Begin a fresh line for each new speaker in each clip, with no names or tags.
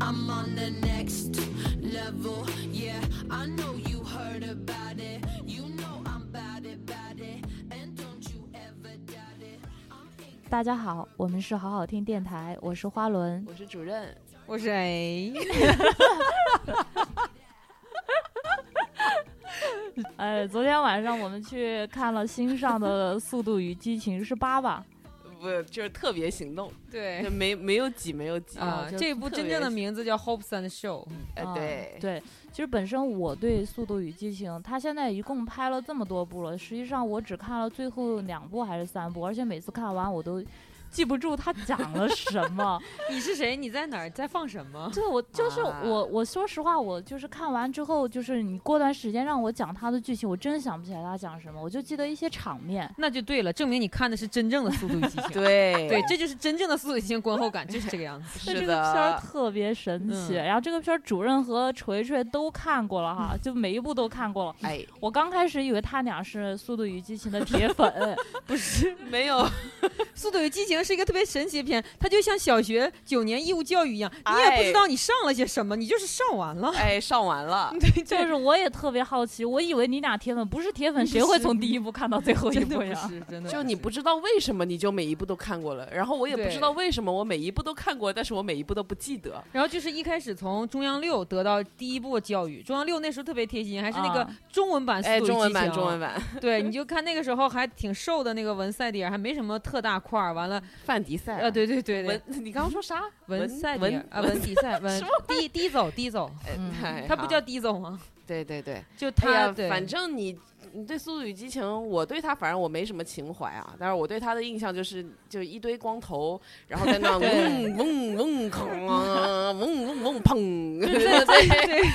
I'm on the next level. Yeah, I know you heard about it. You know I'm about it, about it. And don't you ever doubt it. I'm in
大家好，我们是好好听电台，我是花 轮。
我是主任，
我是 A，
呃，昨天晚上我们去看了新上的《速度与激情》，是八吧？
不就是特别行动，
对
就没没有挤，没有挤。
哎啊
就，
这部
特
真
别
正的
喜
名字叫《Hope s and Show》，
呃
啊
对，
对，其实本身我对《速度与激情》，它现在一共拍了这么多部了，实际上我只看了最后两部还是三部，而且每次看完我都记不住它讲了什 么。
你是谁？你在哪儿？在放什么？
对，我就是
啊
我，我说实话，我就是看完之后，就是你过段时间让我讲它的剧情，我真想不起来它讲什么，我就记得一些场面。
那就对了，证明你看的是真正的《速度与激情》。
对
对，这就是真正的《速度与激情》观后感，就是这个样 子。
但
是
这个片儿
的，
特别神奇，
嗯
然后这个片儿主任和锤锤都看过了哈，就每一部都看过了。
哎，
我刚开始以为他俩是《速度与激情》的铁粉，
不是，《
没 有，
速度与激情》是一个特别神奇的片，它就像小学九年义务教育一样，你也
哎
不知道你上了些什么，你就是上完了。
哎，上完 了，
就是我也特别好奇，我以为你俩铁粉不是铁粉，谁会从第一部看到最后一
真
部
的不
呀？
是，真的
就你
是
不知道为什么，你就每一步都看过了，然后我也不
对啊
知道为什么我每一步都看过，但是我每一步都不记得。
然后就是一开始从中央六得到第一波教育，中央六那时候特别贴心，还是那个
啊
中文版《
哎，
速度
中文
与激情》啊
版，中文 版，
对，你就看那个时候还挺瘦的那个文塞迪尔，还没什么特大块儿。完了，
范迪塞尔
呃，，对对对对
文，，你刚刚说啥？
文塞迪尔
文
啊，文迪 塞文低低走低走，
嗯
哎
他不
好
叫低走 吗？
对对对，
就
哎
他
呀，
对，
反正你你对《速度与激情》，啊我对他反正我没什么情怀啊，但是我对他的印象就是就一堆光头，然后在 那嗡嗡嗡哐啊，嗡嗡嗡砰， 对 对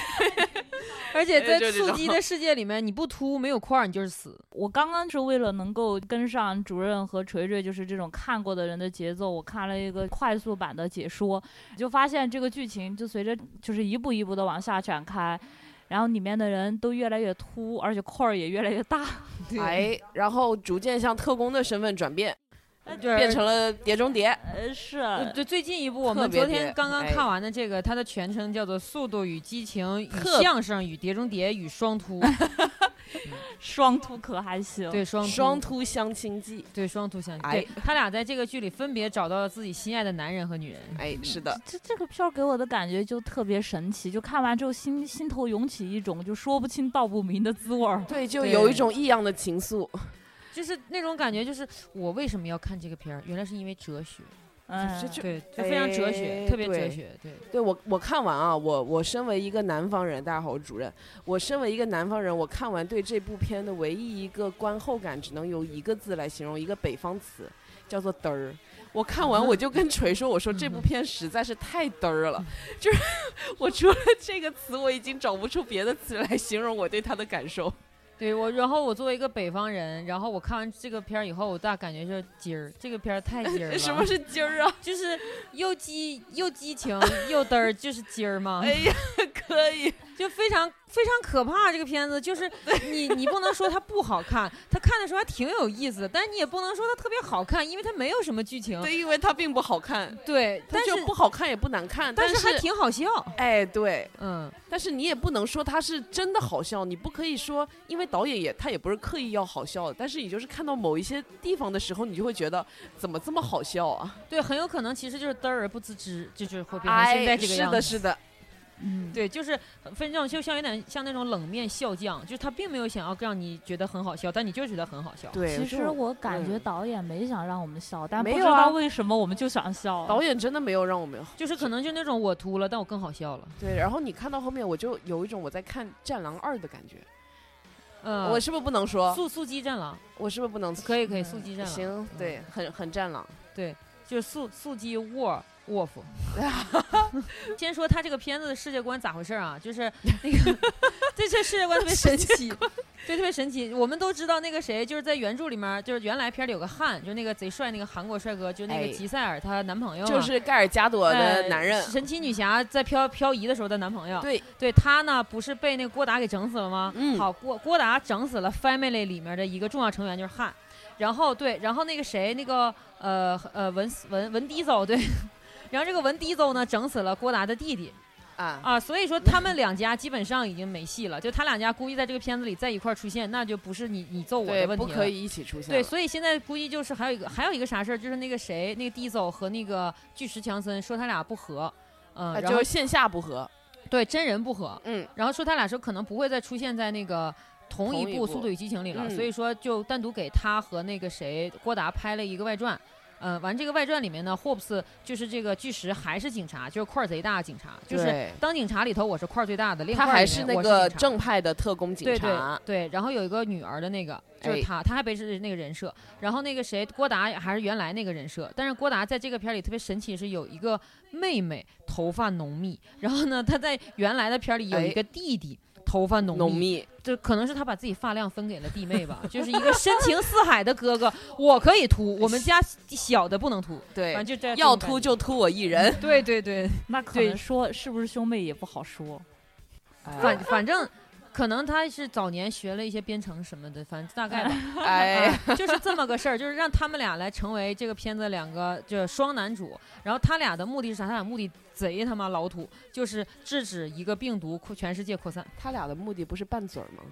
而且在
哎就这
刺
种
激的世界里面，你不秃没有块儿，你就是死。
我刚刚是为了能够跟上主任和锤锤，就是这种看过的人的节奏，我看了一个快速版的解说，就发现这个剧情就随着就是一步一步的往下展开，然后里面的人都越来越秃，而且块儿也越来越大。
对，
哎，然后逐渐向特工的身份转变，
就是
变成了碟中谍，
呃，是，
呃对，最近一部我
特
们
别
昨
别
天刚刚
哎
看完的这个，它的全称叫做《速度与激情与
特
相声与碟中谍与 双突》，
双秃可还行。
对双
双突相亲记。
对双突相
哎
对，他俩在这个剧里分别找到了自己心爱的男人和女人。
哎，是的，
这这个片儿给我的感觉就特别神奇，就看完之后心心头涌起一种就说不清道不明的滋味儿。
对，就
对
有一种异样的情愫。
就是那种感觉，就是我为什么要看这个片儿？原来是因为哲学，
嗯，
这就
对，就非常哲学，
哎
特别
对
哲学，对，
对我，我看完啊，我我身为一个南方人，大家好，我是主任。我身为一个南方人，我看完对这部片的唯一一个观后感，只能用一个字来形容，一个北方词，叫做嘚儿。我看完我就跟锤说，我说这部片实在是太嘚儿了，
嗯
就是 我除了这个词，我已经找不出别的词来形容我对它的感受。
对我。然后我作为一个北方人，然后我看完这个片儿以后，我大感觉就是今儿这个片儿太今儿 了，
什么是今儿啊？
就是又激又激情又嘚儿，就是今儿嘛
哎，呀，可以，
就非常非常可怕。啊这个片子就是你你不能说它不好看，它看的时候还挺有意思，但是你也不能说它特别好看，因为它没有什么剧情。
对，因为它并不好看，
对，
它
但是
就不好看也不难看，但
但还挺好笑，
哎，对。
嗯。
但是你也不能说他是真的好笑，你不可以说，因为导演也他也不是刻意要好笑的，但是你就是看到某一些地方的时候，你就会觉得怎么这么好笑啊？
对，很有可能其实就是嘚儿而不自知，这就是会变成
哎，
现在这个
是
样子。
的，是的，
嗯，
对，就是分这种就像有点像那种冷面笑匠，就是他并没有想要让你觉得很好笑，但你就觉得很好笑。
对。
其实
就
我感觉
嗯
导演没想让我们笑，但不
没
知
有啊
道为什么我们就想笑。
导演真的没有让我们
就是可能就那种我秃了，但我更好笑了。
对，然后你看到后面，我就有一种我在看《战狼二》的感觉。
嗯，
我是不是不能说？
速速激 战狼，
我是不是不能？
可以可以，
嗯
速激战狼，
行，对，很很战 狼。
就是速速激 war。wolf，先说他这个片子的世界观咋回事儿啊？就是那个， 这这世界观特别神奇，对，特别神奇。我们都知道那个谁，就是在原著里面，就是原来片里有个汉，就是那个贼帅那个韩国帅哥，就是那
哎
个吉赛尔她男朋 友嘛，
就是盖尔加朵的
呃
男人，
神奇女侠在漂漂移的时候的男朋友，
对，
对她呢不是被那个郭达给整死了吗？
嗯
好，郭郭达整死了 Family 里面的一个重要成员就是汉，然后对，然后那个谁，那个呃呃文文文迪走对， 然后这个文迪邹呢，整死了郭达的弟弟
啊，
啊，所以说他们两家基本上已经没戏了。就他两家估计在这个片子里在一块儿出现，那就不是你你揍我的
对，
问题
不
了。
可以一起出现。
对，，所以现在估计就是还有一个还有一个啥事儿，就是那个谁，那个 d i z 和那个巨石强森说他俩不和，嗯、
啊
然
就是
后
线下不和。
对真人不和，
嗯，
然后说他俩说可能不会再出现在那个同
同
一
一
部
部
《速度与激情》里了，
嗯
所以说就单独给他和那个谁郭达拍了一个外传。嗯，完这个外传里面呢，霍布斯就是这个巨石还是警察，就是块儿贼大的警察，就是
对
当警察里头我是块儿最大的，另
他
块儿
还
里
是
面
那
我
个
警察
正派的特工警
对对
察。
对，然后有一个女儿的那个就是
哎
他，他还被是那个人设，然后那个谁郭达还是原来那个人设，但是郭达在这个片儿里特别神奇，是有一个妹妹头发浓密，然后呢他在原来的片儿里有一
哎
个弟弟。头发浓
浓密，
就可能是他把自己发量分给了弟妹吧，就是一个深情似海的哥哥，我可以秃，我们家小的不能秃，
对
反，正就这
哎要秃，就秃我一人。
对对对，
那可
对
能说是不是兄妹也不好说。
啊嗯
反反正可能他是早年学了一些编程什么的，反正大概吧，
哎，
啊，就是这么个事儿，就是让他们俩来成为这个片子两个就是双男主。然后他俩的目的是啥？他俩目的贼他妈老土，就是制止一个病毒扩全世界扩散。
他俩的目的不是拌嘴儿吗？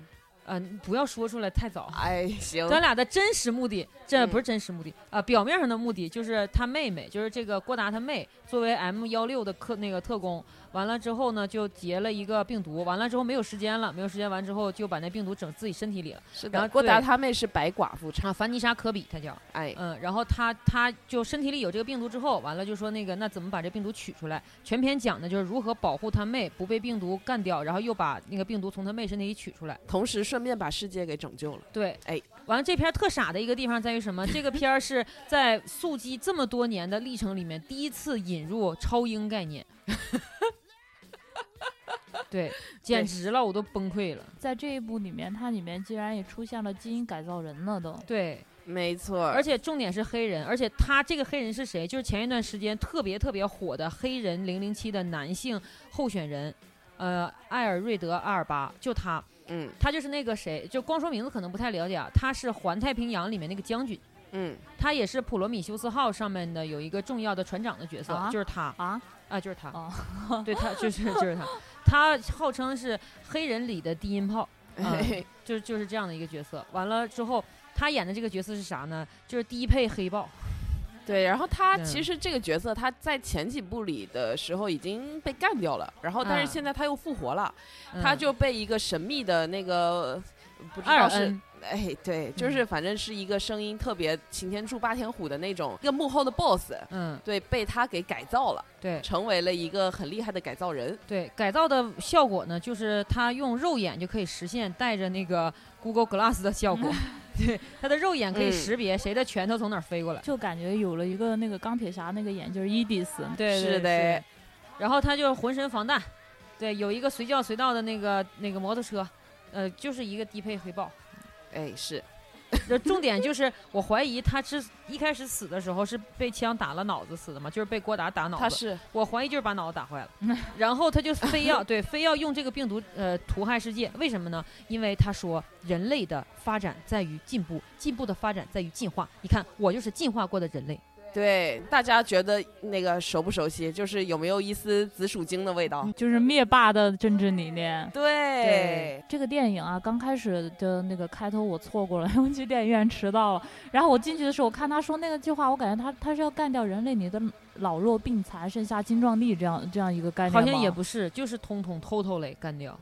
嗯、不要说出来太 早。
哎，行，
咱俩的真实目的，这
嗯
不是真实目的啊、表面上的目的就是他妹妹，就是这个郭达他妹，作为 M 幺六的特那个特工，完了之后呢，就结了一个病毒，完了之后没有时间了，没有时间，完之后就把那病毒整自己身体里了
是
然
的，
后
郭达
对
他妹是白寡妇唱，
啊。凡妮莎·科比，她叫。
哎，
嗯，然后他他就身体里有这个病毒之后，完了就说那个那怎么把这病毒取出来？全篇讲的就是如何保护他妹不被病毒干掉，然后又把那个病毒从他妹身体里取出来。
同时顺便把世界给拯救了。
对，
哎，
完了这片儿特傻的一个地方在于什么？这个片儿是在速激这么多年的历程里面第一次引入超英概念。对，简直了，我都崩溃了。
在这一部里面，它里面竟然也出现了基因改造人了都。
对，
没错，
而且重点是黑人，而且他这个黑人是谁？就是前一段时间特别特别火的黑人零零七的男性候选人，呃，艾尔瑞德·阿尔巴，就他，
嗯
他就是那个谁，就光说名字可能不太了解啊，他是环太平洋里面那个将军，
嗯，
他也是普罗米修斯号上面的有一个重要的船长的角色，
啊
就是他
啊，
啊，就是他，
哦
对他 就是就是他，他号称是黑人里的低音炮。嗯就是就是这样的一个角色，完了之后，他演的这个角色是啥呢？就是低配黑豹，
对，然后他
嗯
其实这个角色他在前几部里的时候已经被干掉了，然后但
嗯
是现在他又复活了，他就被一个神秘的那个呃不知
二
道是
恩，
哎对，
嗯
就是反正是一个声音特别擎天柱霸天虎的那种一个幕后的 boss，
嗯，
对，被他给改造了，
对
成为了一个很厉害的改造人。
对，改造的效果呢，就是他用肉眼就可以实现带着那个 Google Glass 的效果，对，他的肉眼可以
嗯
识别谁的拳头从哪儿飞过来，
就感觉有了一个那个钢铁侠那个眼镜儿伊迪丝，
对，
是
对
的。
然后他就浑身防弹，对，有一个随叫随到的那个那个摩托车，呃，就是一个低配黑豹。
哎，是
就重点就是，我怀疑他是一开始死的时候是被枪打了脑子死的嘛，就是被郭达打脑
他
子。
是
我怀疑就是把脑子打坏了， 然后他就非要对非要用这个病毒呃屠害世界，为什么呢？因为他说人类的发展在于进步，进步的发展在于进化。你看，我就是进化过的人类。
对大家觉得那个熟不熟悉？就是有没有一丝紫薯精的味道？
就是灭霸的政治理念。
对，
这个电影啊，刚开始的那个开头我错过了， 因为去电影院迟到了。然后我进去的时候，我看他说那个句话，我感觉他他是要干掉人类里的老弱病残，剩下精壮力这样这样一个概念
好
吗。
像也不是，就是通通偷偷嘞干掉。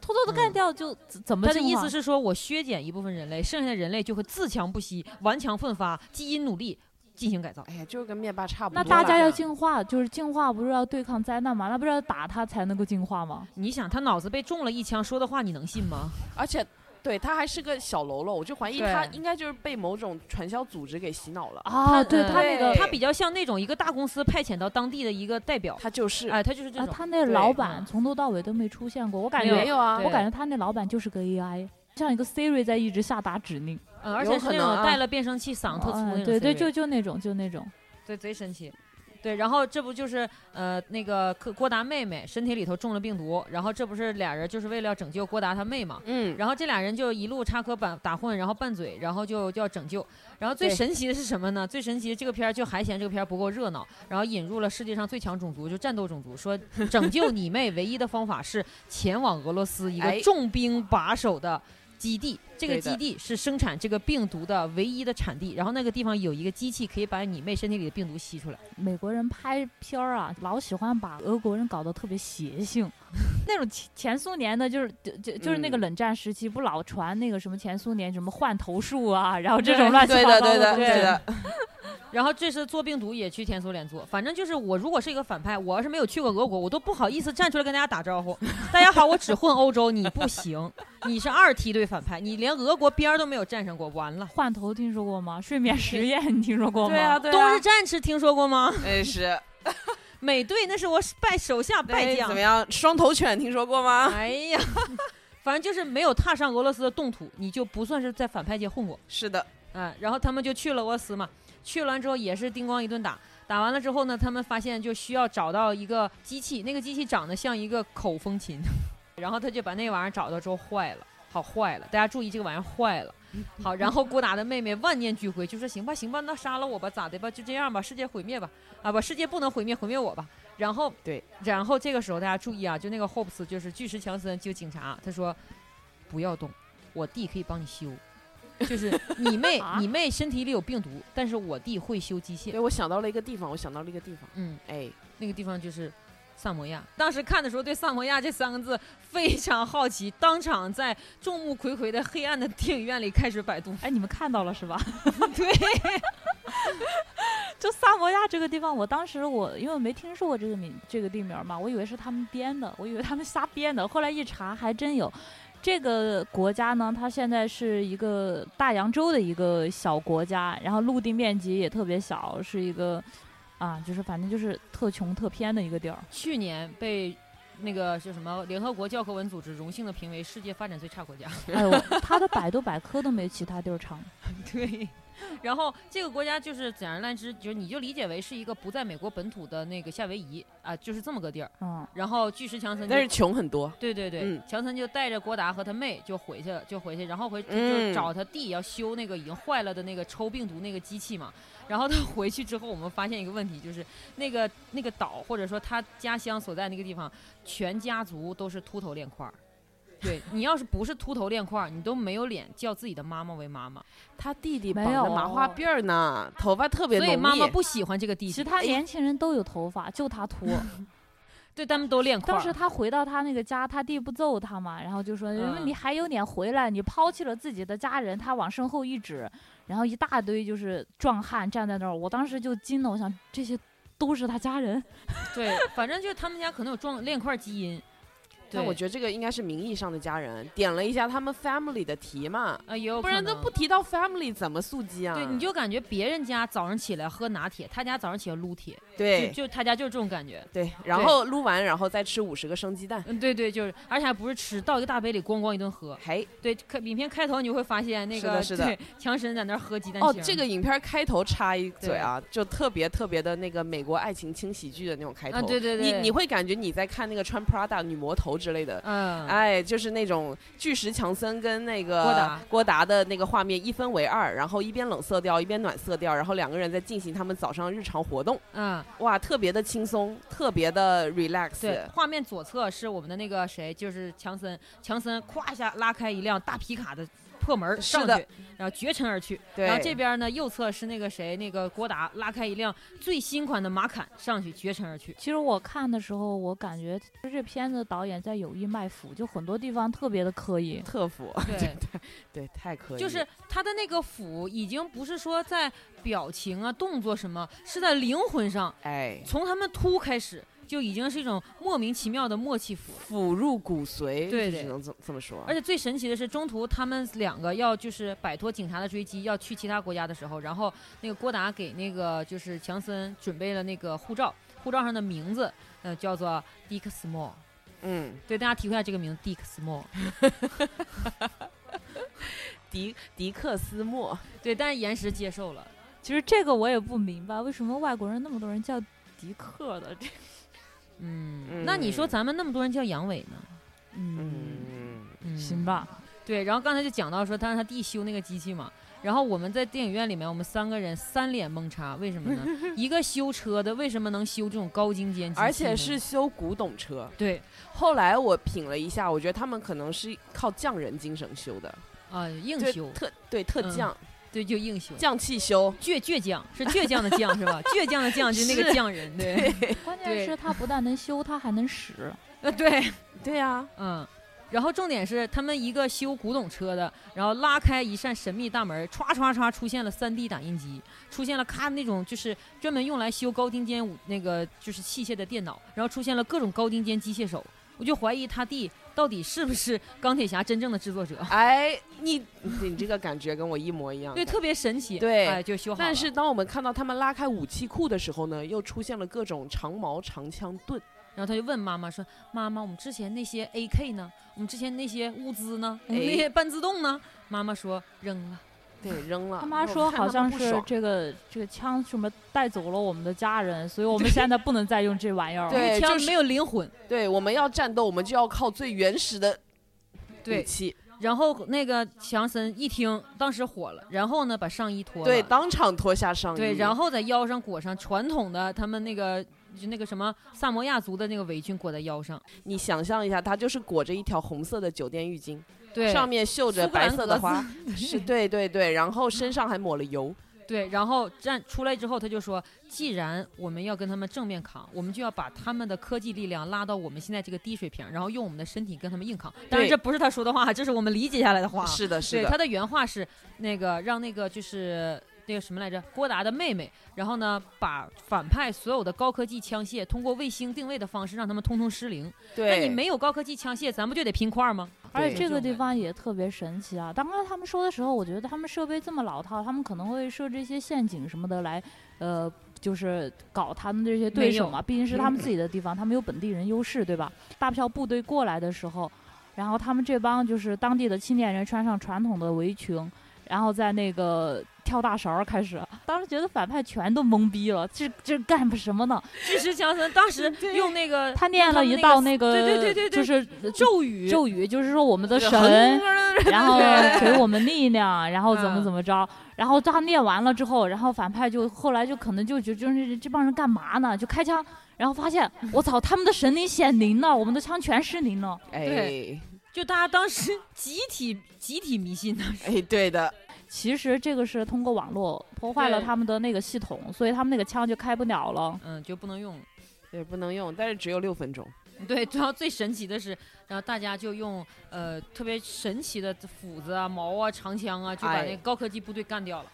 偷偷的干掉就怎怎么
嗯他的
进化？
意思是说我削减一部分人类，剩下的人类就会自强不息、顽强奋发、基因努力进行改造。
哎呀，就是跟灭霸差不多
那大
吧。
家要进化，就是进化不是要对抗灾难吗？那不是要打他才能够进化吗？
你想，他脑子被中了一枪，说的话你能信吗？
而且对他还是个小喽啰，我就怀疑他
对
应该就是被某种传销组织给洗脑了。
啊，对
嗯
他那个
对
他比较像那种一个大公司派遣到当地的一个代表，
他就是、
哎，他就是这
啊，
种。
他那
对
老
嗯
板从头到尾都没出现过，我感
没有
觉
没有啊
对，
我感觉他那老板就是个 AI，像一个 Siri 在一直下达指令。
嗯，而
有
且是
可
那
能
种
啊
带了变声器、嗓子特粗
嗯
那种 Siri。
对对，就就那种就那种。
对贼神奇。对，然后这不就是呃那个柯郭达妹妹身体里头中了病毒，然后这不是俩人就是为了要拯救郭达他妹嘛，
嗯，
然后这俩人就一路插科打打诨，然后拌嘴，然后就就要拯救。然后最
对
神奇的是什么呢？最神奇这个片儿就还嫌这个片儿不够热闹，然后引入了世界上最强种族，就战斗种族，说拯救你妹唯一的方法是前往俄罗斯一个
哎
重兵把守的。基地，这个
对的
基地是生产这个病毒的唯一的产地，然后那个地方有一个机器可以把你妹身体里的病毒吸出来，
美国人拍片儿啊，老喜欢把俄国人搞得特别邪性， 那种前前苏联的，就是就就就是那个
嗯
冷战时期，不老传那个什么前苏联什么换头术啊，然后这种乱七
对
八
的，
糟
对的，
东西
对的，
然后这次做病毒也去前苏联做，反正就是我如果是一个反派，我要是没有去过俄国，我都不好意思站出来跟大家打 招呼。大家好，我只混欧洲，你不行，你是二梯队反派，你连俄国边儿都没有站上过，完了。
换头听说过吗？睡眠实验你听说过吗？，
对啊，对
冬日
啊，
战士听说过吗？
哎是，
美队那是我拜手下败
哎
将
怎么，样？双头犬听说过吗？
哎呀， 反正就是没有踏上俄罗斯的冻土，你就不算是在反派界混过。
是的，
嗯，然后他们就去了俄罗斯嘛，去了完之后也是叮咣一顿打，打完了之后呢，他们发现就需要找到一个机器，那个机器长得像一个口风琴， 然后他就把那玩意儿找到之后坏了，好坏了，大家注意这个玩意儿坏了。好，然后郭达的妹妹万念俱灰，就说行吧行吧，那杀了我吧，咋的吧，就这样吧，世界毁灭吧，啊不，世界不能毁灭，毁灭我吧。然后
对，
然后这个时候大家注意啊，就那个 Hobbes 就是巨石强森，就警察，他说不要动，我弟可以帮你修。就是你妹
啊
你妹身体里有病毒，但是我弟会修机械
对。我想到了一个地方，我想到了一个地方，
嗯，
哎，
那个地方就是萨摩亚。当时看的时候，对萨摩亚这三个字非常好奇，当场在众目睽睽的黑暗的电影院里开始百度。
哎，你们看到了是吧？
对，
就萨摩亚这个地方，我当时我因为没听说过这个名这个地名嘛，我以为是他们编的，我以为他们瞎编的，后来一查还真有。这个国家呢，它现在是一个大洋洲的一个小国家，然后陆地面积也特别小，是一个啊，就是反正就是特穷特偏的一个地儿。
去年被。那个叫什么？联合国教科文组织荣幸的评为世界发展最差国家。
哎呦，它的百度百科都没其他地儿长。
对，然后这个国家就是简而言之，就是你就理解为是一个不在美国本土的那个夏威夷啊，就是这么个地儿。
嗯，
然后巨石强森就
但是穷很多，
对对对，
嗯
强森就带着郭达和他妹就回去了，就回去，然后回就
嗯
就找他弟要修那个已经坏了的那个抽病毒那个机器嘛。然后他回去之后，我们发现一个问题，就是那个那个岛或者说他家乡所在那个地方，全家族都是秃头链块儿。对你要是不是秃头链块儿，你都没有脸叫自己的妈妈为妈妈，
他弟弟
没
绑着
有
麻花辫儿呢，头发特别
所
浓密，
以妈妈不喜欢这个弟
其
弟，
他年轻人都有头发，就他秃。
对他们都链块
当时
儿。
他回到他那个家，他弟不揍他嘛，然后就说：“
嗯
你还有脸回来？你抛弃了自己的家人。”他往身后一指，然后一大堆就是壮汉站在那儿。我当时就惊了，我想这些都是他家人。
对，反正就是他们家可能有撞链块儿基因。对，
但我觉得这个应该是名义上的家人，点了一下他们 family 的题嘛，
啊、也有
不
可
然都
能
不提到 family 怎么溯鸡啊？
对，你就感觉别人家早上起来喝拿铁，他家早上起来撸铁，就
对
就他家就是这种感觉。
对，然后撸完然后再吃五十个生鸡蛋，
嗯，对对，就是，而且还不是吃，倒一个大杯里咣咣一顿喝。
嘿，
对，开影片开头你就会发现那
是
个
的是的
对强神在那儿喝鸡蛋
哦，
清儿
这个影片开头插一嘴啊，就特别特别的那个美国爱情轻喜剧的那种开头，
啊，对对对，
你你会感觉你在看那个穿 Prada 女魔头之类的。
嗯，
哎，就是那种巨石强森跟那个
郭达
郭达的那个画面一分为二，然后一边冷色调，一边暖色调，然后两个人在进行他们早上日常活动，
嗯，
哇，特别的轻松，特别的 relax。
对，画面左侧是我们的那个谁，就是强森，强森咵一下拉开一辆大皮卡的破门儿
是
上去
的，
然后绝尘而去。
对
然后这边呢，右侧是那个谁，那个郭达拉开一辆最新款的马坎上去，绝尘 而去。
其实我看的时候，我感觉这片子导演在有意卖腐，就很多地方特别的刻意。
特服，
对。
对，太可以了，
就是他的那个腐已经不是说在表情啊、动作什么，是在灵魂上，
哎，
从他们秃开始就已经是一种莫名其妙的默契腐了。
腐入骨髓，
对
就
对
只能这么这么说。
而且最神奇的是，中途他们两个要就是摆脱警察的追击，要去其他国家的时候，然后那个郭达给那个就是强森准备了那个护照，护照上的名字呃叫做 Dick Small。
嗯，
对，大家体会一下这个名字 Dick Small。
迪迪克斯莫，
对，但是岩石接受了。
其实这个我也不明白，为什么外国人那么多人叫迪克的这，
嗯
嗯，
那你说咱们那么多人叫阳痿呢？
嗯，
嗯，
嗯
行。吧，
对，然后刚才就讲到说，他让他弟修那个机器嘛。然后我们在电影院里面，我们三个人三脸蒙叉，为什么呢？ 一个修车的为什么能修这种高精尖机器呢？
而且是修古董车。
对
后来我品了一下，我觉得他们可能是靠匠人精神修的，
啊、硬
就
修，
特对特
嗯
匠、
对，就硬修，
匠气修。
倔倔强是倔 强的强是吧？倔强的强就是那个
是
匠人，对，
关键
嗯对
是它不但能修，它还能使，
呃对，
对啊，
嗯。然后重点是，他们一个修古董车的，然后拉开一扇神秘大门，歘歘歘出现了 3D 打印机，出现了咔那种就是专门用来修高精尖武那个就是器械的电脑，然后出现了各种高精尖机械手，我就怀疑他弟到底是不是钢铁侠真正的制作者，
哎，你你这个感觉跟我一模一样。
对，特别神奇，
对
哎，就修好了。
但是当我们看到他们拉开武器库的时候呢，又出现了各种长矛、长枪、盾。
然后他就问妈妈说：“妈妈，我们之前那些 AK 呢？我们之前那些物资呢？我们
哎
那些半自动呢？”妈妈说：“扔了。
对，扔了。
他妈
我
说
看
好
他
像
们不
是
爽
这个这个枪什么带走了我们的家人，所以 我们现在不能再用这玩意儿了。
对
枪
就是
没有灵魂。
对，我们要战斗，我们就要靠最原始的武
对
器。
然后那个强森一听，当时火了，然后呢，把上衣脱了，
对，当场脱下上衣。
对然后在腰上裹上传统的他们那个就那个什么萨摩亚族的那个围裙裹在腰上，
你想象一下，他就是裹着一条红色的酒店浴巾，
对，
上面绣着
苏格兰
白色的
格子
花，是对对对，然后身上还抹了油。
对，然后站出来之后，他就说：“既然我们要跟他们正面扛，我们就要把他们的科技力量拉到我们现在这个低水平，然后用我们的身体跟他们硬扛。”当然，
对
这不是他说的话，这是我们理解下来的话。
是的，是
对，
的。
他的原话是那个让那个就是那个什么来着，郭达的妹妹，然后呢，把反派所有的高科技枪械通过卫星定位的方式让他们通通失灵。那
对，
你没有高科技枪械，咱不就得拼块儿吗？
而且
对
这个
这种
地
感
方也特别神奇啊！当刚才他们说的时候，我觉得他们设备这么老套，他们可能会设置一些陷阱什么的来，呃，就是搞他们这些对手嘛。毕竟
嗯
是他们自己的地方，他们有本地人优势，对吧？大票部队过来的时候，然后他们这帮就是当地的青年人穿上传统的围裙，然后在那个。跳大勺儿开始，当时觉得反派全都懵逼了，这这干什么呢？
巨石强森当时用那个
他念了
用
一
他
道
们
那个，
对对对对
就
对
是
咒语，
咒语，就是说我们的
这
神， 然后
对
给我们力量，然后怎么
嗯
怎么着，然后他念完了之后，然后反派就后来就可能就觉得就是这帮人干嘛呢？就开枪，然后发现我操，他们的神灵显灵了，我们的枪全失灵了。
哎
对就大家当时 集体集体迷信的，
哎，对的，
其实这个是通过网络破坏了
对
他们的那个系统，所以他们那个枪就开不了了。
嗯，就不能用。
对，不能用，但是只有六分钟。
对，然后最神奇的是，然后大家就用呃特别神奇的斧子啊、矛啊、长枪啊，就把
哎
那个高科技部队干掉了。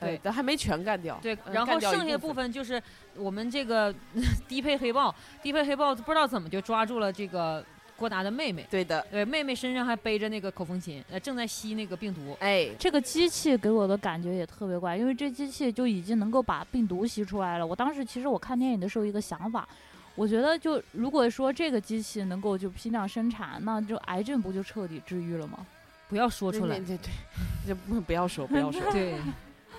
哎
对，
咱还没全干掉。
对，
嗯
然
干
后
掉一
剩下
部
部分就是我们这个 低配黑豹，低配黑豹不知道怎么就抓住了这个郭达的妹妹，
对的，
对，妹妹身上还背着那个口风琴，呃，正在吸那个病毒。
哎，
这个机器给我的感觉也特别怪，因为这机器就已经能够把病毒吸出来了。我当时其实我看电影的时候一个想法，我觉得就如果说这个机器能够就批量生产，那就癌症不就彻底治愈了吗？
不要说出来。
对，对对，就不不要说，不要说
对，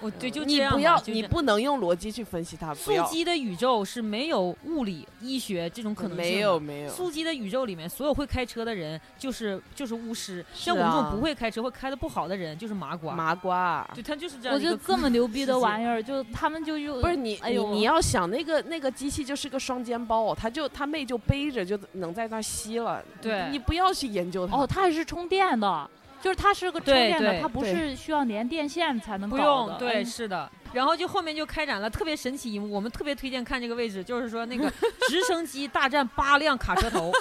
我 对就
你
这样
不
吧
要，
就
你
这
不能用逻辑去分析它，不
速
要，
激的宇宙是没有物理、医学这种可能性的
没有。没有，
速激的宇宙里面，所有会开车的人就是就是巫师，
是
像我们这
啊
种不会开车、会开的不好的人就是麻瓜。
麻瓜。
啊
啊
对，他就是这样
我
一
觉
个
得 这么牛逼的
世界
玩意儿，就他们就用
不是你
哎
你
呦
你要想那个那个机器就是个双肩包，他就他妹就背着就能在那儿吸了。
对
你不要去研究它。
哦，它还是充电的，就是它是个充
对
电的，
对
它不
对
是需要连电线才能
不
搞
用
的。
哎
对，
嗯
是的。然后就后面就开展了特别神奇一幕，我们特别推荐看这个位置，就是说 那个直升机大战八辆卡车头，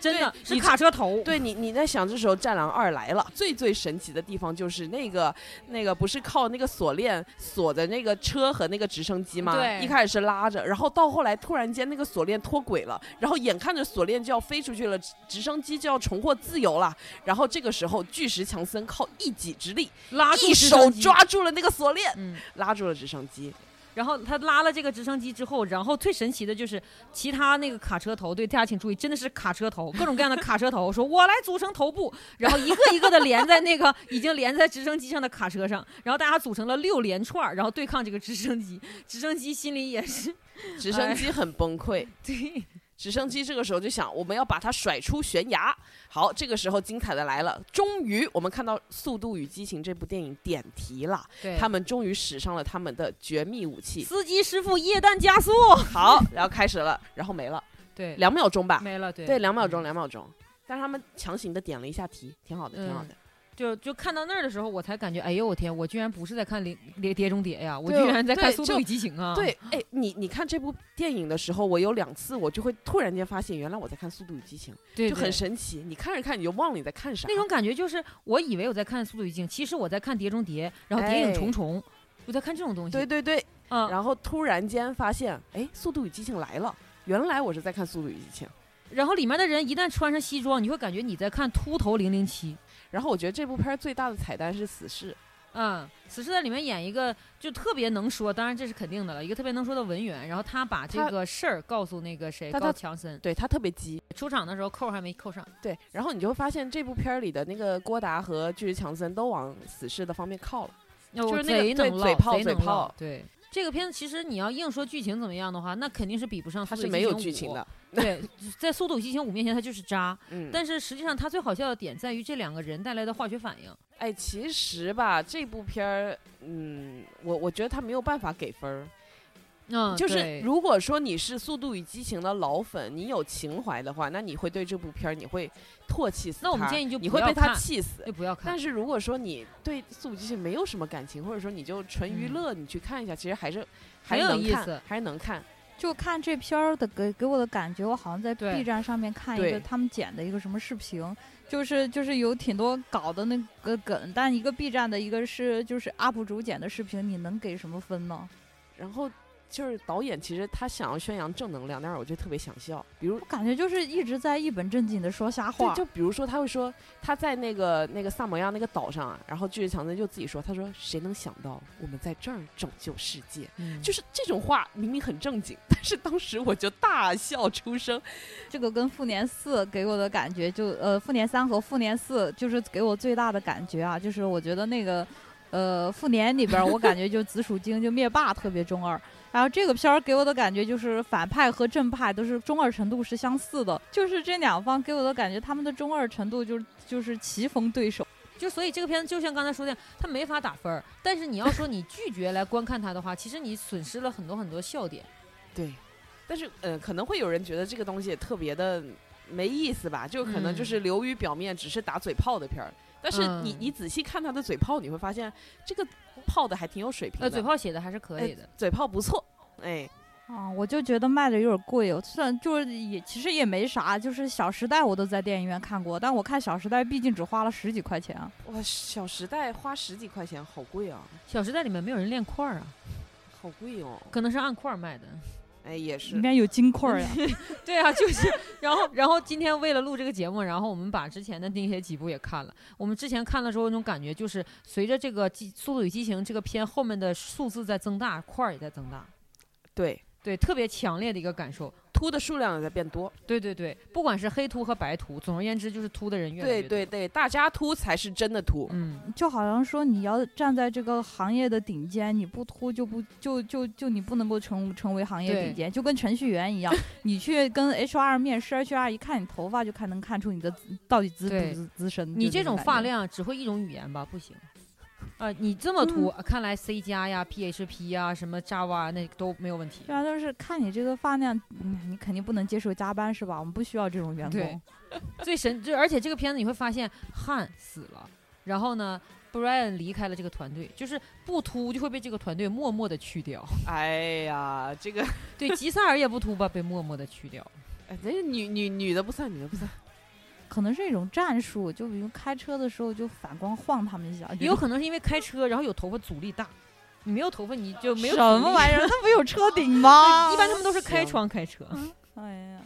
真的
对
是
你
卡车头。
对你，你在想这时候《战狼二》来了，最最神奇的地方就是那个那个不是靠那个锁链锁的那个车和那个直升机吗？
对
一开始是拉着，然后到后来突然间那个锁链脱轨了，然后眼看着锁链就要飞出去了，直直升机就要重获自由了，然后这个时候巨石强森靠一己之力，
拉住
一
直升
手
机
抓住了那个锁链，
嗯，
拉住了直升机。
然后他拉了这个直升机之后，然后最神奇的就是其他那个卡车头，对大家请注意，真的是卡车头，各种各样的卡车头，说我来组成头部，然后一个一个的连在那个已经连在直升机上的卡车上，然后大家组成了六连串儿，然后对抗这个直升机。直升机心里也是
直
哎
升机很崩溃。
对，
直升机这个时候就想，我们要把它甩出悬崖。好，这个时候精彩的来了，终于我们看到《速度与激情》这部电影点题了，
对
他们终于使上了他们的绝密武器。
司机师傅液氮加速，
好，然后开始了，然后没了，
对，
两秒钟吧，
没嗯了，对
对，两秒钟，两秒钟。但是他们强行的点了一下题，挺好的，挺好
嗯
的。
就就看到那儿的时候，我才感觉，哎呦我天，我居然不是在看《碟碟碟中谍》呀，我居
对
然在看《
对
速
就
度与激情》啊！
对，哎，你你看这部电影的时候，我有两次我就会突然间发现，原来我在看《速度与激情》，
对，
就
对
很神奇。你看着看，你就忘了你在看啥。
那种感觉就是，我以为我在看《速度与激情》，其实我在看《碟中谍》，然后《谍
哎
影重重》，我在看这种东西。
对，对对，
嗯，然后
然后突然间发现，哎，《速度与激情》来了。原来我是在看《速度与激情》，
里面的人一旦穿上西装，你会感觉你在看秃头零零七。
然后我觉得这部片儿最大的彩蛋是死侍，
嗯，死侍在里面演一个就特别能说，当然这是肯定的了，一个特别能说的文员，然后他把这
他
个事儿告诉那个谁
但
高
他
强森，
对他特别急。
出场的时候扣还没扣上，
对，然后你就会发现这部片儿里的那个郭达和巨石强森都往死侍的方面靠了。
那
就
我
是那个
贼
对
能
嘴
唠
炮
贼
嘴
能唠
炮
对。这个片子其实你要硬说剧情怎么样的话，那肯定是比不上《
它
速
是
度与
没有
五
剧情。的，
对，在《速度与激情五》面前，它就是渣。
嗯，
但是实际上，它最好笑的点在于这两个人带来的化学反应。
哎，其实吧，这部片儿，嗯，我我觉得他没有办法给分儿。
嗯
就是如果说你是《速度与激情》的老粉，你有情怀的话，那你会对这部片儿你会唾弃死它。
那我们建议就
你
不
会
要
被它
看
气死。
就不要看
但。是如果说你对《速度与激情》没有什么感情，或者说你就纯娱
嗯
乐，你去看一下，其实还是还是
很有
能
意
看
思，
还是能看。
就看这片儿的给给我的感觉，我好像在
对
B 站上面看一
对
个他们剪的一个什么视频，就是就是有挺多搞的那个梗，但一个 B 站的一个是就是 UP 主剪的视频，你能给什么分呢？
然后就是导演其实他想要宣扬正能量，但是我就特别想笑，比如
我感觉就是一直在一本正经的说瞎
对，
话，
就比如说他会说他在那个那个萨摩亚那个岛上啊，然后巨石强森就自己说，他说谁能想到我们在这儿拯救世界，
嗯
就是这种话明明很正经，但是当时我就大笑出声。
这个跟复联四给我的感觉就呃复联三和复联四就是给我最大的感觉啊，就是我觉得那个呃复联里边儿我感觉就紫薯精就灭霸特别中二，然后这个片儿给我的感觉就是反派和正派都是中二程度是相似的，就是这两方给我的感觉他们的中二程度就是就是棋逢对手。
就所以这个片子就像刚才说的，它没法打分儿。但是你要说你拒绝来观看它的话，其实你损失了很多很多笑点。
对，但是呃，可能会有人觉得这个东西特别的没意思吧，就可能就
嗯
是流于表面，只是打嘴炮的片儿。但是你、
嗯
你仔细看他的嘴炮，你会发现这个泡的还挺有水平的，
呃，嘴炮写的还是可以的。
嘴炮不错，哎，
啊，我就觉得卖的有点贵哦，虽然就是也其实也没啥，就是《小时代》我都在电影院看过，但我看《小时代》毕竟只花了十几块钱啊。
哇，《小时代》花十几块钱，好贵啊，
小时代里面没有人练块儿啊，
好贵哦。
可能是按块儿卖的。
哎，也
里
是，
面有金块儿呀。
对啊，就是，然后， 然后今天为了录这个节目，然后我们把之前的那些几部也看了。我们之前看了之后，那种感觉就是，随着这个激《速度与激情》这个片后面的数字在增大，块儿也在增大，
对，
对，特别强烈的一个感受。
秃的数量也在变多。
对对对，不管是黑秃和白秃，总而言之就是秃的人越来越
对
多。
对对，大家秃才是真的秃。
嗯，
就好像说你要站在这个行业的顶尖，你不秃就不就就就你不能够成成为行业
对
顶尖，就跟程序员一 样，你去跟 HR 面试，HR 一看你头发就看能看出你的资到底资
对
不资资深。
你
就
这
那
种
感
发
觉，
量只会一种语言吧？不行。啊、你这么秃，看来 C 加呀、PHP 呀、什么 Java 那都没有问题
对。啊，就是看你这个发量，嗯你肯定不能接受加班是吧？我们不需要这种员
对
工。
最神，就而且这个片子你会发现汉死了，然后呢，Brian 离开了这个团队，就是不秃就会被这个团队默默的去掉。
哎呀，这个，
对，吉赛尔也不秃吧，被默默的去掉。
哎，那女女女的不算，女的不算。
可能是一种战术，就比如开车的时候就反光晃他们一下，
也有可能是因为开车，然后有头发阻力大，你没有头发你就 没有
什么玩意
儿。
儿，哦他不有车顶 吗？
一般他们都是开
行
窗开车，
哎呀，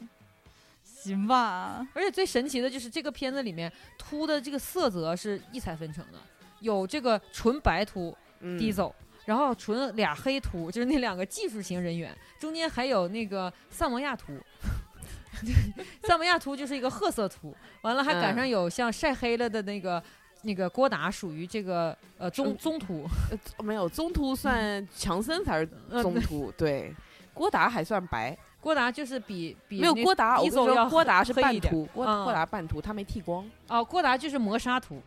行吧。
而且最神奇的就是这个片子里面秃的这个色泽是异彩纷呈的，有这个纯白秃
嗯
d i，然后除了俩黑图， 就是那两个技术型人员，中间还有那个萨摩亚图。 萨摩亚图就是一个褐色图，完了还赶
嗯
上有像晒黑了的那个、那个郭达，属于这个呃棕
嗯
棕图，
呃没有中途算强森才是
呃
中途，对， 郭达还算白，
郭达就是比比
没有
那
郭达，我跟你
Ezo
说
要
郭达是
黑
半
一点
秃，郭
嗯
郭达半秃，他没剃光，
哦，郭达就是磨砂图，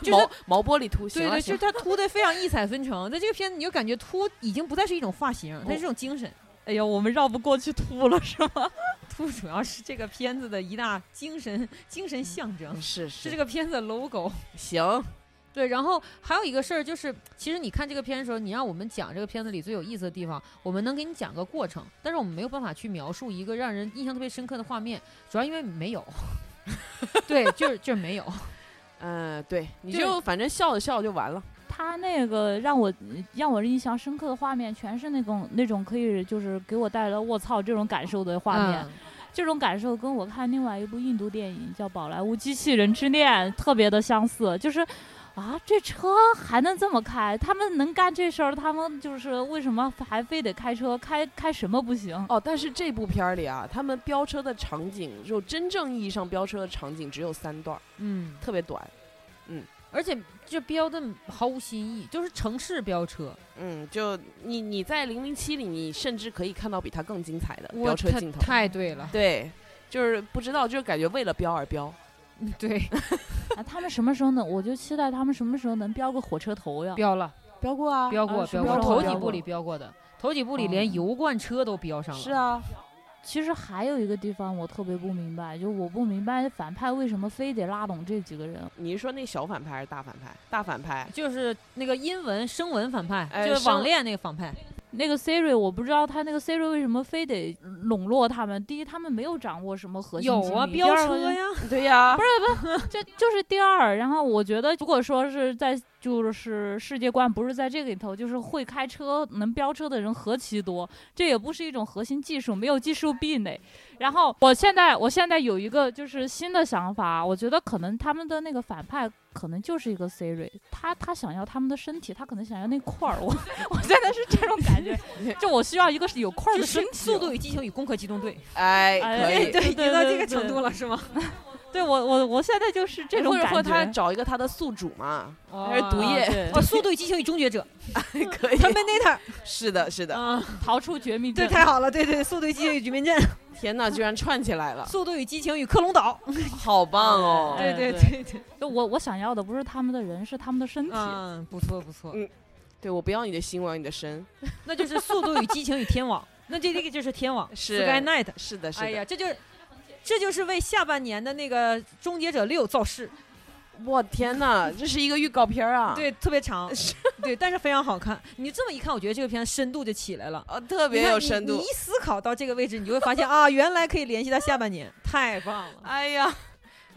就是
毛毛玻璃秃，行
对
了
对，
行啊
就是
了，
他秃的非常异彩纷呈，在这个片子你就感觉秃已经不再是一种发型，它是一种精神。
哎呀， 我们绕不过去吐了是吗？
秃主要是这个片子的一大精神精神象征，
嗯是
是这
是
个片子的 logo。
行，
对，然后还有一个事儿就是，其实你看这个片的时候，你让我们讲这个片子里最有意思的地方，我们能给你讲个过程，但是我们没有办法去描述一个让人印象特别深刻的画面，主要因为没有。 对，就是就是 没有。
嗯，对，你
对
就反正笑着笑着就完了，
他那个让我让我印象深刻的画面，全是那种那种可以就是给我带来我操这种感受的画面。
嗯
这种感受跟我看另外一部印度电影叫《宝莱坞机器人之恋》特别的相似，就是。啊，这车还能这么开？他们能干这事儿，他们就是为什么还非得开车？开开什么不行？
哦，但是这部片儿里啊，他们飙车的场景，就真正意义上飙车的场景只有三段儿，
嗯，
特别短。
而且这标的毫无新意，就是城市飙车。
嗯，就你你在《零零七》里，你甚至可以看到比它更精彩的
我
呃飙车
太
镜头。
太对了，
对，就是不知道，就是感觉为了飙而飙。
嗯 对，
啊，他们什么时候能？我就期待他们什么时候能飙个火车头呀！
标了，
飙过啊，
标
啊
过，标
什
过，
么
时候
头几
标
部
过
里标过的，头几部里
哦
连油罐车都标上了。
是，啊，
其实还有一个地方我特别不明白，就我不明白反派为什么非得拉拢这几个人。
你是说那小反派还是大反派？大反派，
就是那个英文声纹反派，
哎
就是网
声
恋那个反派。
那个 Siri 我不知道他那个 Siri 为什么非得笼络他们。第一，他们没有掌握什么核心
有
精
啊，
力
飙
第二个
车呀，
对呀、
这就是第二。然后我觉得，如果说是在就是世界观不是在这个里头，就是会开车能飙车的人何其多，这也不是一种核心技术，没有技术壁垒。然后我现在我现在有一个就是新的想法，我觉得可能他们的那个反派。可能就是一个 Siri，他他想要他们的身体，他可能想要那块儿。 我我现在是这种感觉，就我需要一个有块儿
就
的
是
身
《
体。
速度与激情》与《攻壳机动队
哎，
哎
可以。
对
已经到这个程
对
度了，是吗？
对我我我现在就是这种
或者
感觉。
或者他找一个他的宿主 嘛，还是毒
啊
液，
对
哦，《速度与激情》与《终结者
可》以
t。e r m i n a
是的，是的。
啊，
逃出绝命
对，
镇。
太好了，对对，《速度与激情》与《绝命镇》，《
天哪，居然串起来了，
速度与激情》与《克隆岛》。
好棒哦！
哎
对
对
对对，
就我我想要的不是他们的人，是他们的身体。
嗯，不错不错
嗯，对我不要你的心，我要你的身。
那就是《速度与激情》与《天网》，那这这个就是《天网》
是
Sky Night。
是的，是的。
哎呀，这就是。这就是为下半年的那个《终结者六》造势，
我天 哪，这是一个预告片儿啊！，
对，特别长
是，
对，但是非常好看。你这么一看，我觉得这个片深度就起来了，
呃，特
你
别
看
有
你
深
你
度
一。思考到这个位置，你就会发现啊，原来可以联系到下半年，太棒了。
哎呀，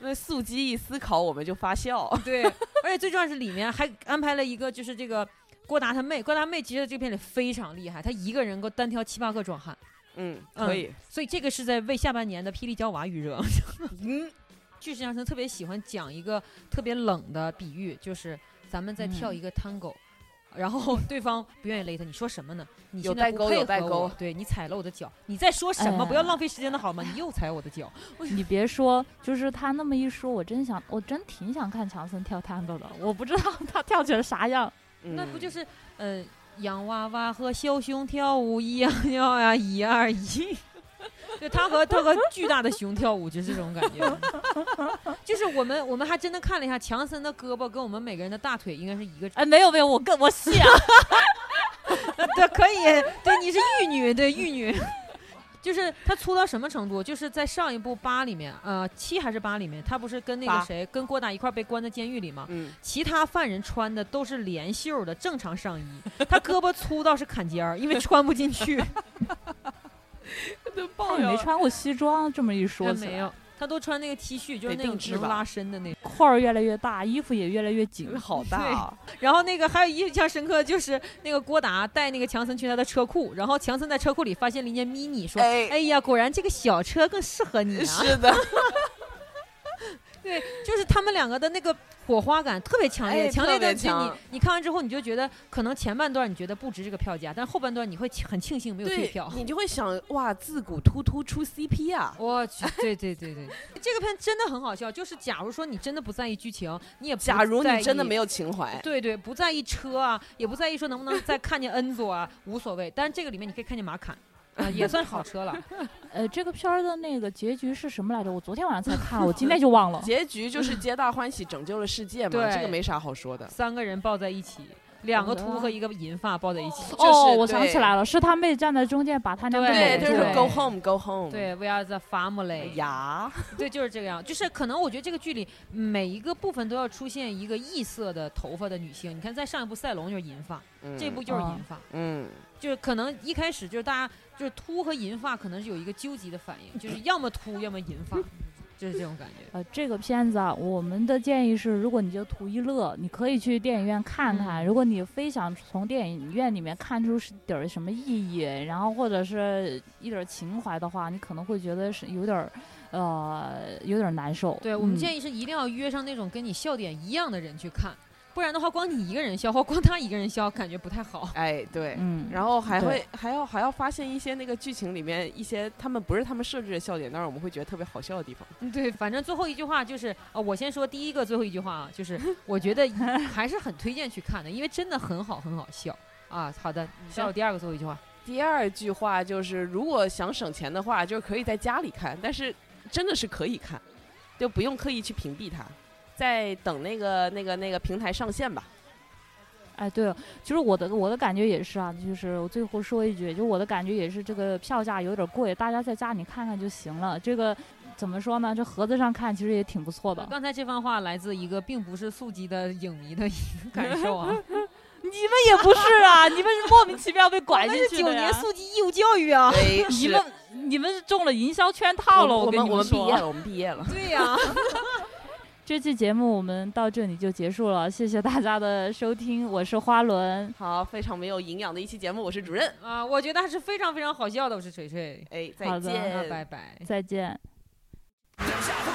那素鸡一思考我们就发笑。
对，而且最重要是里面还安排了一个，就是这个郭达他妹，郭达妹其实在这片里非常厉害，她一个人够单挑七八个壮汉，
嗯，
嗯
可以。
所以这个是在为下半年的《霹雳娇娃》预热。
嗯，
巨石强森特别喜欢讲一个特别冷的比喻，就是咱们在
嗯
跳一个 tango，、然后对方不愿意勒他，你说什么呢？你
有
现在
代
不
沟
配
有
合
代
我
沟
对你踩了我的脚，你在说什么？
哎
不要浪费时间的好吗？你又踩我的脚，
你别说，就是他那么一说，我真想，我真挺想看强森跳探戈的。我不知道他跳起来啥样。
那不就是是嗯、呃洋娃娃和小熊跳舞一样 跳呀，一二一。 就他和他和巨大的熊跳舞，就是这种感觉。 就是我们我们还真的看了一下，强森的胳膊跟我们每个人的大腿应该是一个
哎，没有没有，我跟我信啊。
对，可以， 对，你是玉女，对玉女， 就是她粗到什么程度？就是在上一部八里面，呃，七还是八里面，她不是跟那
八
个谁，跟郭达一块儿被关在监狱里吗？
嗯，
其他犯人穿的都是连袖的正常上衣，她胳膊粗到是坎肩儿，因为穿不进去。
都
他
爆
也没穿过西装，这么一说
她
起
哎没
来，
有，她都穿那个 T 恤，就是
啊得
那种
定制
能
吧
拉伸的那种。
块儿越来越大，衣服也越来越紧。
好大啊！
然后那个还有印象深刻，就是那个郭达带那个强森去他的车库，然后强森在车库里发现了一件 mini，说：“
哎
哎呀，果然这个小车更适合你啊。”
是的，
对，啊就是他们两个的那个火花感特别强烈，
哎
强烈
特
的
别
就你
强
你看完之后，你就觉得可能前半段你觉得不值这个票价，但后半段你会很庆幸没有退
对
票，。
你就会想哇，自古突突出 CP 啊，
我去，对对对对， 这个片真的很好笑。就是假如说你真的不在意剧情，你也不
假如
在
你真的
意
没有情怀，
对对，不在意车啊，也不在意说能不能再看见恩佐啊， 无所谓。但是这个里面你可以看见马侃， 啊、也算是好车了。
呃，这个片儿的那个结局是什么来着？我昨天晚上才看了，我今天就忘了。
结局就是皆大欢喜拯救了世界嘛，
对
这个没啥好说的。
三个人抱在一起，两个
好的
秃和一个银发抱在一起。
就是
哦，我想起
对
来了，是他妹站在中间把他那个
对，
对
搂
就是
住
对
了
go home go home。， 哎
对，We are the family。
呀，
对，就是这个样。就是可能我觉得这个剧里每一个部分都要出现一个异色的头发的女性。你看，在上一部《赛龙》就是银发，
嗯
这部就是
哦
银发。
嗯，
就是可能一开始就是大家就是秃和银发可能是有一个纠结的反应，就是要么秃，要么银发，就是这种感觉。
呃，这个片子啊，我们的建议是，如果你就图一乐，你可以去电影院看看。
嗯
如果你非想从电影院里面看出是点儿什么意义，然后或者是一点儿情怀的话，你可能会觉得是有点儿，呃，有点儿难受。嗯
对我们
议、
建议是一定要约上那种跟你笑点一样的人去看，不然的话，光你一个人笑或光他一个人笑，感觉不太好。
哎，对。
嗯，
然后还
对
会还要还要发现一些那个剧情里面一些他们不是他们设置的笑点，但是我们会觉得特别好笑的地方。
嗯对，反正最后一句话就是啊、呃我先说第一个最后一句话啊，就是 我觉得还是很推荐去看的，因为真的很好，很好笑啊。好的，你
行
到第二个最后一句话。
第二句话就是，如果想省钱的话，就可以在家里看，但是真的是可以看，就不用刻意去屏蔽它，在等那个那个那个平台上线吧。
哎，对了，就是我的我的感觉也是啊，就是我最后说一句，就我的感觉也是，这个票价有点贵，大家在家里看看就行了。这个怎么说呢？这盒子上看其实也挺不错的。
刚才这番话来自一个并不是速激的影迷的一个感受 啊，
你们也不是 啊，你们是莫名其妙被拐进
那是
去
九
的呀
年。啊速激义务教育啊。
哎，
你
是
们你们是中了营销圈套了，
我
跟
们
你
我们毕
说。
业了，我们毕业了。
对呀、
这期节目我们到这里就结束了，谢谢大家的收听，我是花轮。
好，非常没有营养的一期节目，我是主任。
啊，我觉得还是非常非常好笑的。我是锤锤，
哎，
好
再
的
见
啊，，拜拜。
再见。
留下回